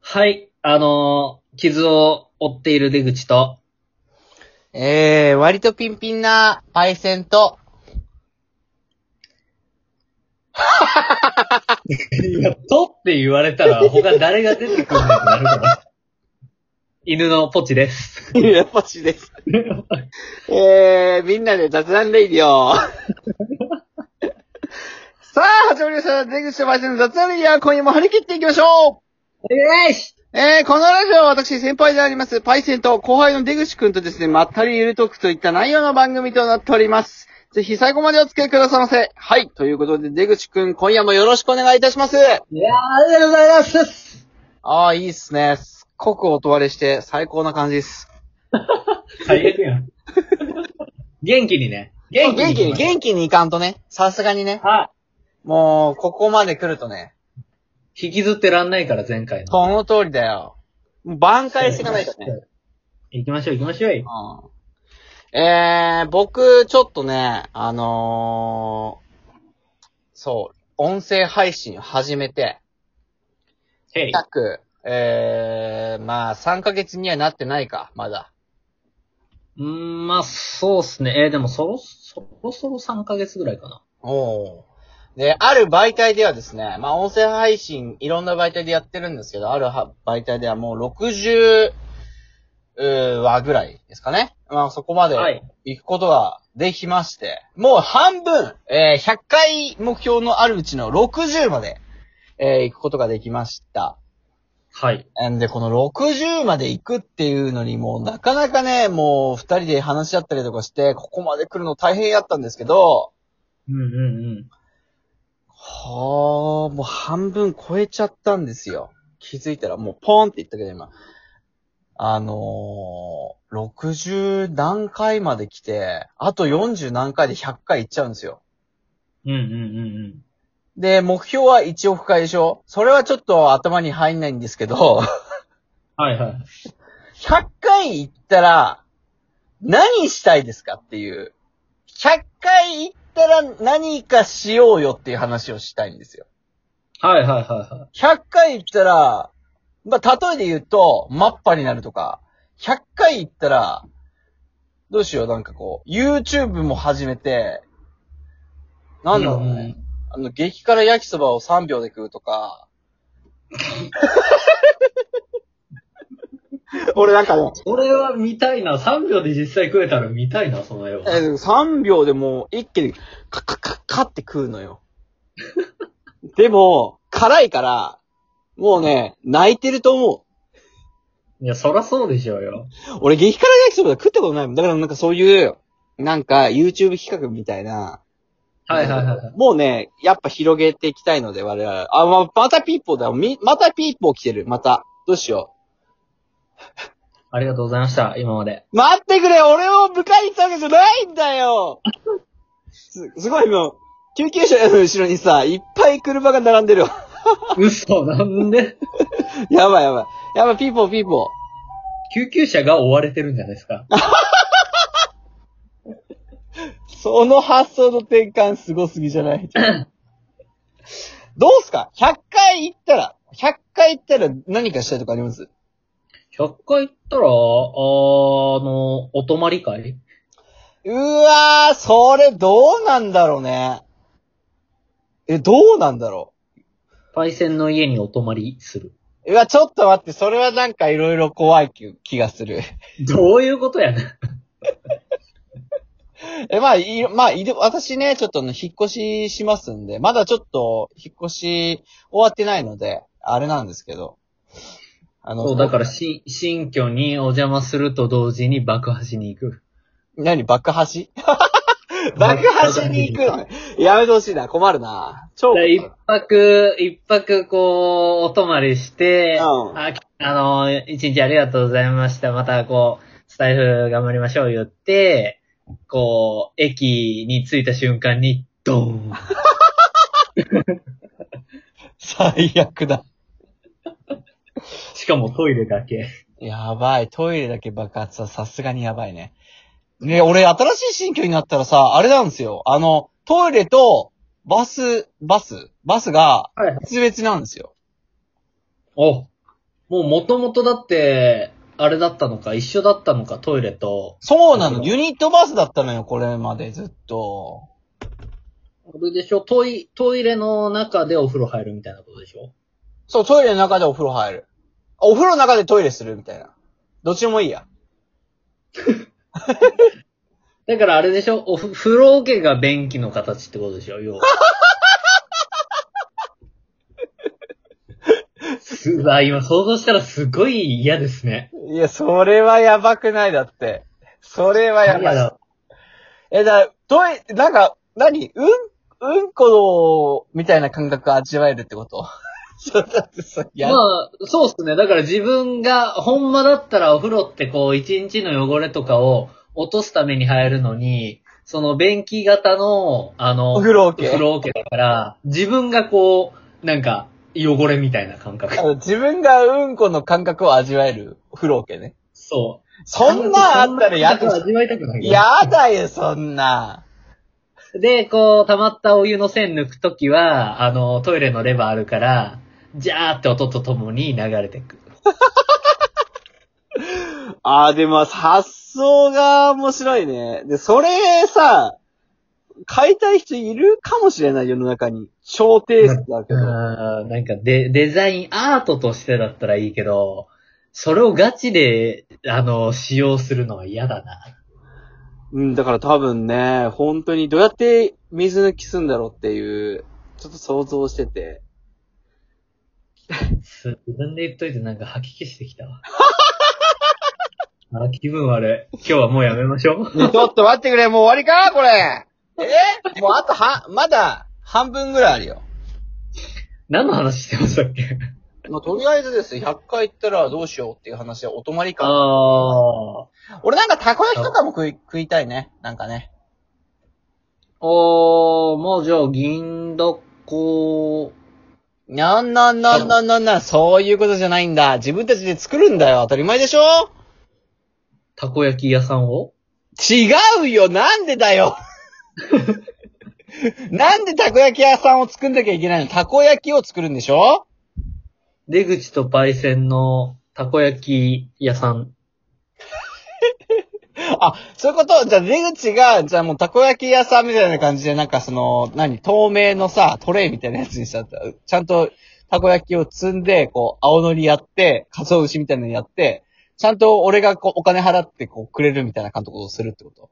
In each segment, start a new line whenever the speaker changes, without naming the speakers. はい。あのー傷を負っている出口と、
えー、割とピンピンなパイセンと、
いや、とって言われたら他誰が出てくるのかなるから。犬のポチ です。
やっぱしです。えー、みんなで雑談レイディ オ。さあ、始まりました。出口とパイセンの雑談レイディオ。今夜も張り切っていきましょ
えいし
うえー、このラジオは私、先輩であります、パイセンと後輩の出口くんとですね、まったりゆるトークといった内容の番組となっております。ぜひ最後までお付き合いくださいませ。はい。ということで、出口くん、今夜もよろしくお願いいたします。
いやー、ありがとうございます
ああ、いいっすね。すっごく音割れして、最高な感じです。
最悪やん。元気にね。
元気に、元気にいかんとね。さすがにね。
は
もう、ここまで来るとね。
い。引きずってらんないから、前回の。
その通りだよ。もう挽回していかないとね。
行きましょう、行きましょう。
うん。えー、僕、ちょっとね、あのー、そう、音声配信を始めて、
へい。
約、えー、まあ、3ヶ月にはなってないか、まだ。
うーん、まあ、そうっすね。えーでもそろ、そろそろ3ヶ月ぐらいかな。
おーで、ある媒体ではですね、まあ、音声配信、いろんな媒体でやってるんですけど、あるは媒体ではもう60、うー話ぐらいですかね。まあ、そこまで
はい。
行くことができまして、もう半分、えー100回目標のあるうちの60まで、えー行くことができました。
はい。
んで、この60まで行くっていうのに、もうなかなかね、もう二人で話し合ったりとかして、ここまで来るの大変やったんですけど、
うんうんうん。
はあ、もう半分超えちゃったんですよ。気づいたらもうポーンって言ったけど今。あのー、60何回まで来て、あと40何回で100回行っちゃうんですよ。
うんうんうんうん。
で、目標は1億回でしょそれはちょっと頭に入んないんですけど、
はいはい。
100回行ったら、何したいですかっていう。100回行ったら何かしようよっていう話をしたいんですよ。
はいはいはいはい。
100回行ったら、まあ、例えで言うと、マッパになるとか、100回行ったら、どうしよう、なんかこう、YouTube も始めて、なんだろうね。
んん。
あの、激辛焼きそばを3秒で食うとか。 俺なんかね、
それは見たいな。3秒で実際食えたら見たいな、その絵
え
は。
ー3秒でもう一気にカカカカって食うの よ。でも、辛いから、もうね、泣いてると思う。
いや、そらそうでしょうよ。
俺、激辛焼きそば食ったことないもん。だからなんかそういう、なんか YouTube 企画みたいな。
はいはいはい。
もうね、やっぱ広げていきたいので、我々。あ、ま、またピーポーだ。み、またピーポー来てる。また。どうしよ
ありがとうございました、今まで。
う。待ってくれ俺を迎えに来たわけじゃないんだよす、すごいもう、救急車の後ろにさ、いっぱい車が並んでるわ。
嘘、なんで
やばいやばい。やばい、ピーポーピーポー。
救急車が追われてるんじゃないですか。
その発想の転換すごすぎじゃないどうすか ?100 回行ったら、100回行ったら何かしたいとかあります
100回行ったら、あの、お泊まり会
うわー、それどうなんだろうね。え、どうなんだろ
パイセンの家にお泊まりする。
う。うわ、ちょっと待って、それはなんかいろいろ怖い気気がする。
どういうことや ねん。
え、まあ、い、まあ、いる、私ね、ちょっとあの、引っ越ししますんで、まだちょっと、引っ越し終わってないので、あれなんですけど。あの、
そう、だから、し、新居にお邪魔すると同時に爆破しに行く。
何爆破し 爆破しに行くのやめてほしいな、困るな。超困
で一
る。
泊、一泊こう、お泊まりして、
うん
ああの、一日ありがとうございました。またこう、スタイフ頑張りましょう言って、こう、駅に着いた瞬間に、ドー ン。
最悪だ。
しかもトイレだけ。
やばい、トイレだけ爆発はさすがにやばいね。ね、俺、新しい新居になったらさ、あれなんですよ。あの、トイレと、バス、バス、バスが、
はい。
別々なんですよ。
お、もう元々だって、あれだったのか、一緒だったのか、トイレと。
そうなの。ユニットバスだったのよ、これまでずっと。
あれでしょトイ、トイレの中でお風呂入るみたいなことでしょ
そう、トイレの中でお風呂入る。あお風呂の中でトイレするみたいな。どっちでもいいや。
だからあれでしょおふ、風呂桶が便器の形ってことでしょ要は。す うわ、今想像したらすごい嫌ですね。
いや、それはやばくないだって。それはやばい。
だ
え、だ、トイレ、なんか、何うん、うんこの、みたいな感覚味わえるってこと そうだってさ、や、
まあ、そうっすね。だから自分が、ほんまだったらお風呂ってこう、一日の汚れとかを落とすために入るのに、その便器型の、あの、
お風呂
お風
OK。
呂桶だから、自分がこう、なんか、汚れみたいな感覚
あ。の自分がうんこの感覚を味わえるお風呂 OK ね。
そう。
そんなんあったらや
そんな感
だ。
覚味わいたくない。
やだよ、そんな。
で、こう、溜まったお湯の線抜くときは、あの、トイレのレバーあるから、ジャーって音とともに流れてく。
あー、でも発想が面白いね。で、それさ、買いたい人いるかもしれない世の中に。超低質だけど。
あーなんかデ、デザインアートとしてだったらいいけど、それをガチで、あの、使用するのは嫌だな。
うん、だから多分ね、本当にどうやって水抜きすんだろうっていう、ちょっと想像してて。
す自分で言っといてなんか吐き気してきた わ。あー気分悪い。今日はもうやめましょう。
ちょっと待ってくれ、もう終わりかこれ。えもうあとは、まだ半分ぐらいあるよ。
何の話してましたっけ
まあ、とりあえずです、100回行ったらどうしようっていう話はお泊まりか。
ああ。
俺なんかたこ焼きとかも食い、食いたいね。なんかね。
おー、もうじゃあ、銀だこ
なんなんなんなんなんなん、そういうことじゃないんだ。自分たちで作るんだよ。当たり前でしょ
たこ焼き屋さんを
違うよなんでだ よなんでたこ焼き屋さんを作んなきゃいけないのたこ焼きを作るんでしょ
出口とパイセンのたこ焼き屋さん。
あ、そういうことじゃあ出口が、じゃあもうたこ焼き屋さんみたいな感じで、なんかその、何透明のさ、トレイみたいなやつにしたったちゃんとたこ焼きを積んで、こう、青のりやって、かつお節みたいなのやって、ちゃんと俺がこう、お金払ってこう、くれるみたいな感じのことをするってこと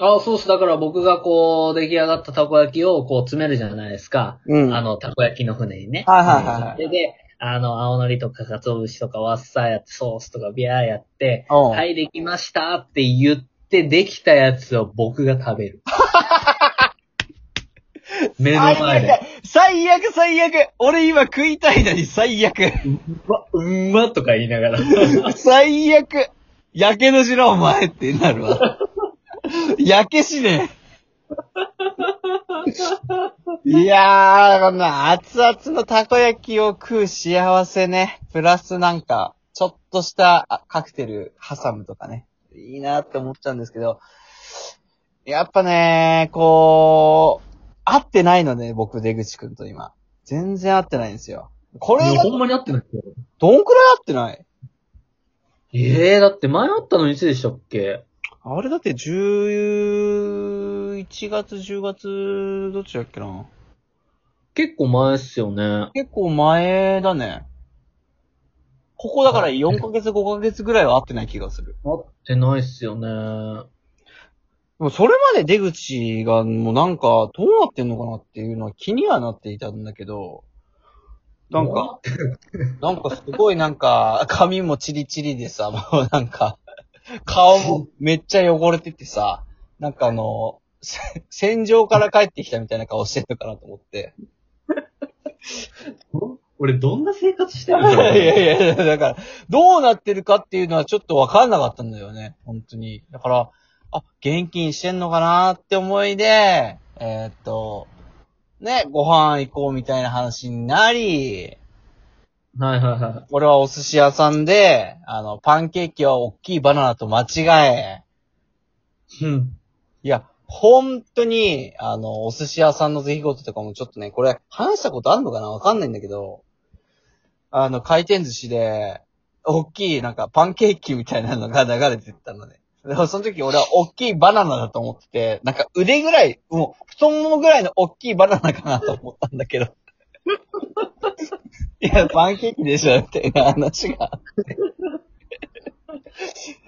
ああ、そうっす。だから僕がこう、出来上がったたこ焼きをこう、詰めるじゃないですか。
うん
あの、たこ焼きの船にね。
はいはいはいはい
それで、あの、青のりとか、かつお節とか、わっさーやって、ソースとか、ビャーやって、
うん
はい、できましたって言って、できたやつを僕が食べ る。目の前で。
最悪最悪俺今食いたいのに最悪
うま、うんまとか言いながら。
最悪やけどしろお前ってなるわ。やけしねえ。いやー、この熱々のたこ焼きを食う幸せね。プラスなんか、ちょっとしたあカクテル挟むとかね。いいなって思っちゃうんですけど。やっぱね、こう、合ってないのね、僕、出口くんと今。全然合ってないんですよ。これ
いや
が
ほんまに合ってないよ。
どんくらい合ってない
ええだって前あったのいつでしたっけ
あれだって11月、10月、どっちだっけな。
結構前っすよね。
結構前だね。ここだから4ヶ月、5ヶ月ぐらいは会ってない気がする。
合ってないっすよね。
でもそれまで出口がもうなんかどうなってんのかなっていうのは気にはなっていたんだけど、なんか、なんかすごいなんか髪もチリチリでさ、もうなんか顔もめっちゃ汚れててさ、なんかあの、せ戦場から帰ってきたみたいな顔してるのかなと思って。
俺どんな生活して
いやいやいや、だから、どうなってるかっていうのはちょっとわかんなかったんだよね、本当に。だから、あ、現金してんのかなって思いで、えーっと、ね、ご飯行こうみたいな話になり、
はいはいは
俺はお寿司屋さんで、あの、パンケーキは大きいバナナと間違え、
い。うん。
いや、本当に、あの、お寿司屋さんの出来事とかもちょっとね、これ、話したことあるのかなわかんないんだけど、あの、回転寿司で、大きい、なんか、パンケーキみたいなのが流れてったのね。でもその時俺は大きいバナナだと思ってて、なんか腕ぐらい、もう太ももぐらいの大きいバナナかなと思ったんだけど。いや、パンケーキでしょ、みたいな話が。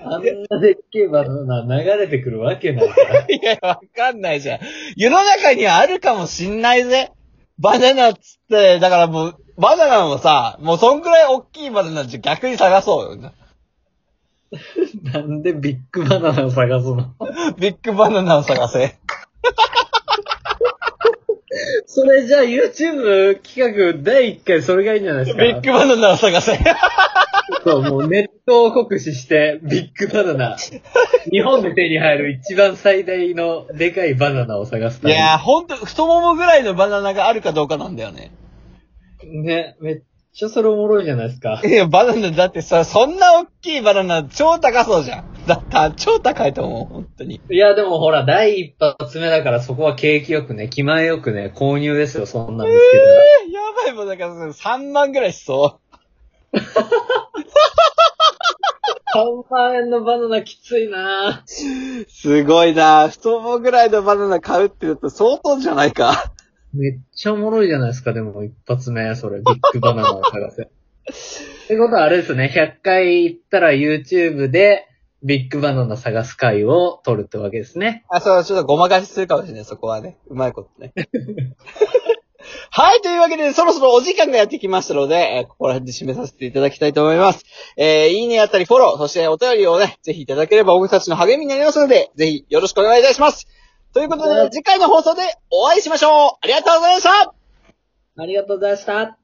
あんなでっけえバナナ流れてくるわけないから。
いや、わかんないじゃん。世の中にはあるかもしんないぜ。バナナっつって、だからもう、バナナもさ、もうそんくらい大きいバナナじゃ逆に探そうよ。
なんでビッグバナナを探すの
ビッグバナナを探せ。
それじゃあ YouTube 企画第1回それがいいんじゃない
ビ
ですか
ッグバナナを探せ。
そう、もうネットを酷使して、ビッグバナ ナ。日本で手に入る一番最大のでかいバナナを探すた
い
めに。
やー、ほんと、太ももぐらいのバナナがあるかどうかなんだよね。
ね、めっちゃそれおもろいじゃないですか
い。や、バナナだってさ、そんな大きいバナナ超高そうじゃん。だったら超高いと思う、本当に。
いや、でもほら、第一発目だからそこは景気よくね、気前よくね、購入ですよ、そんなん見つけたら
えーやばい、もうなんか3万ぐらいしそう。
3万円のバナナきついなぁ。
すごいな太ももぐらいのバナナ買うって言うと相当じゃないか。
めっちゃおもろいじゃないですか、でも一発目、それ、ビッグバナナを探せ。 ってことはあれですね、100回行ったら YouTube で、ビッグバナナ探す回を撮るってわけですね。
あ、そう、ちょっとごまかしするかもしれない、そこはね。うまいこと ね。はい、というわけで、そろそろお時間がやってきましたので、えーここら辺で締めさせていただきたいと思います。えーいいねやったりフォロー、そしてお便りをね、ぜひいただければ僕たちの励みになりますので、ぜひよろしくお願いいたします。ということで、次回の放送でお会いしましょうありがとうございました
ありがとうございました。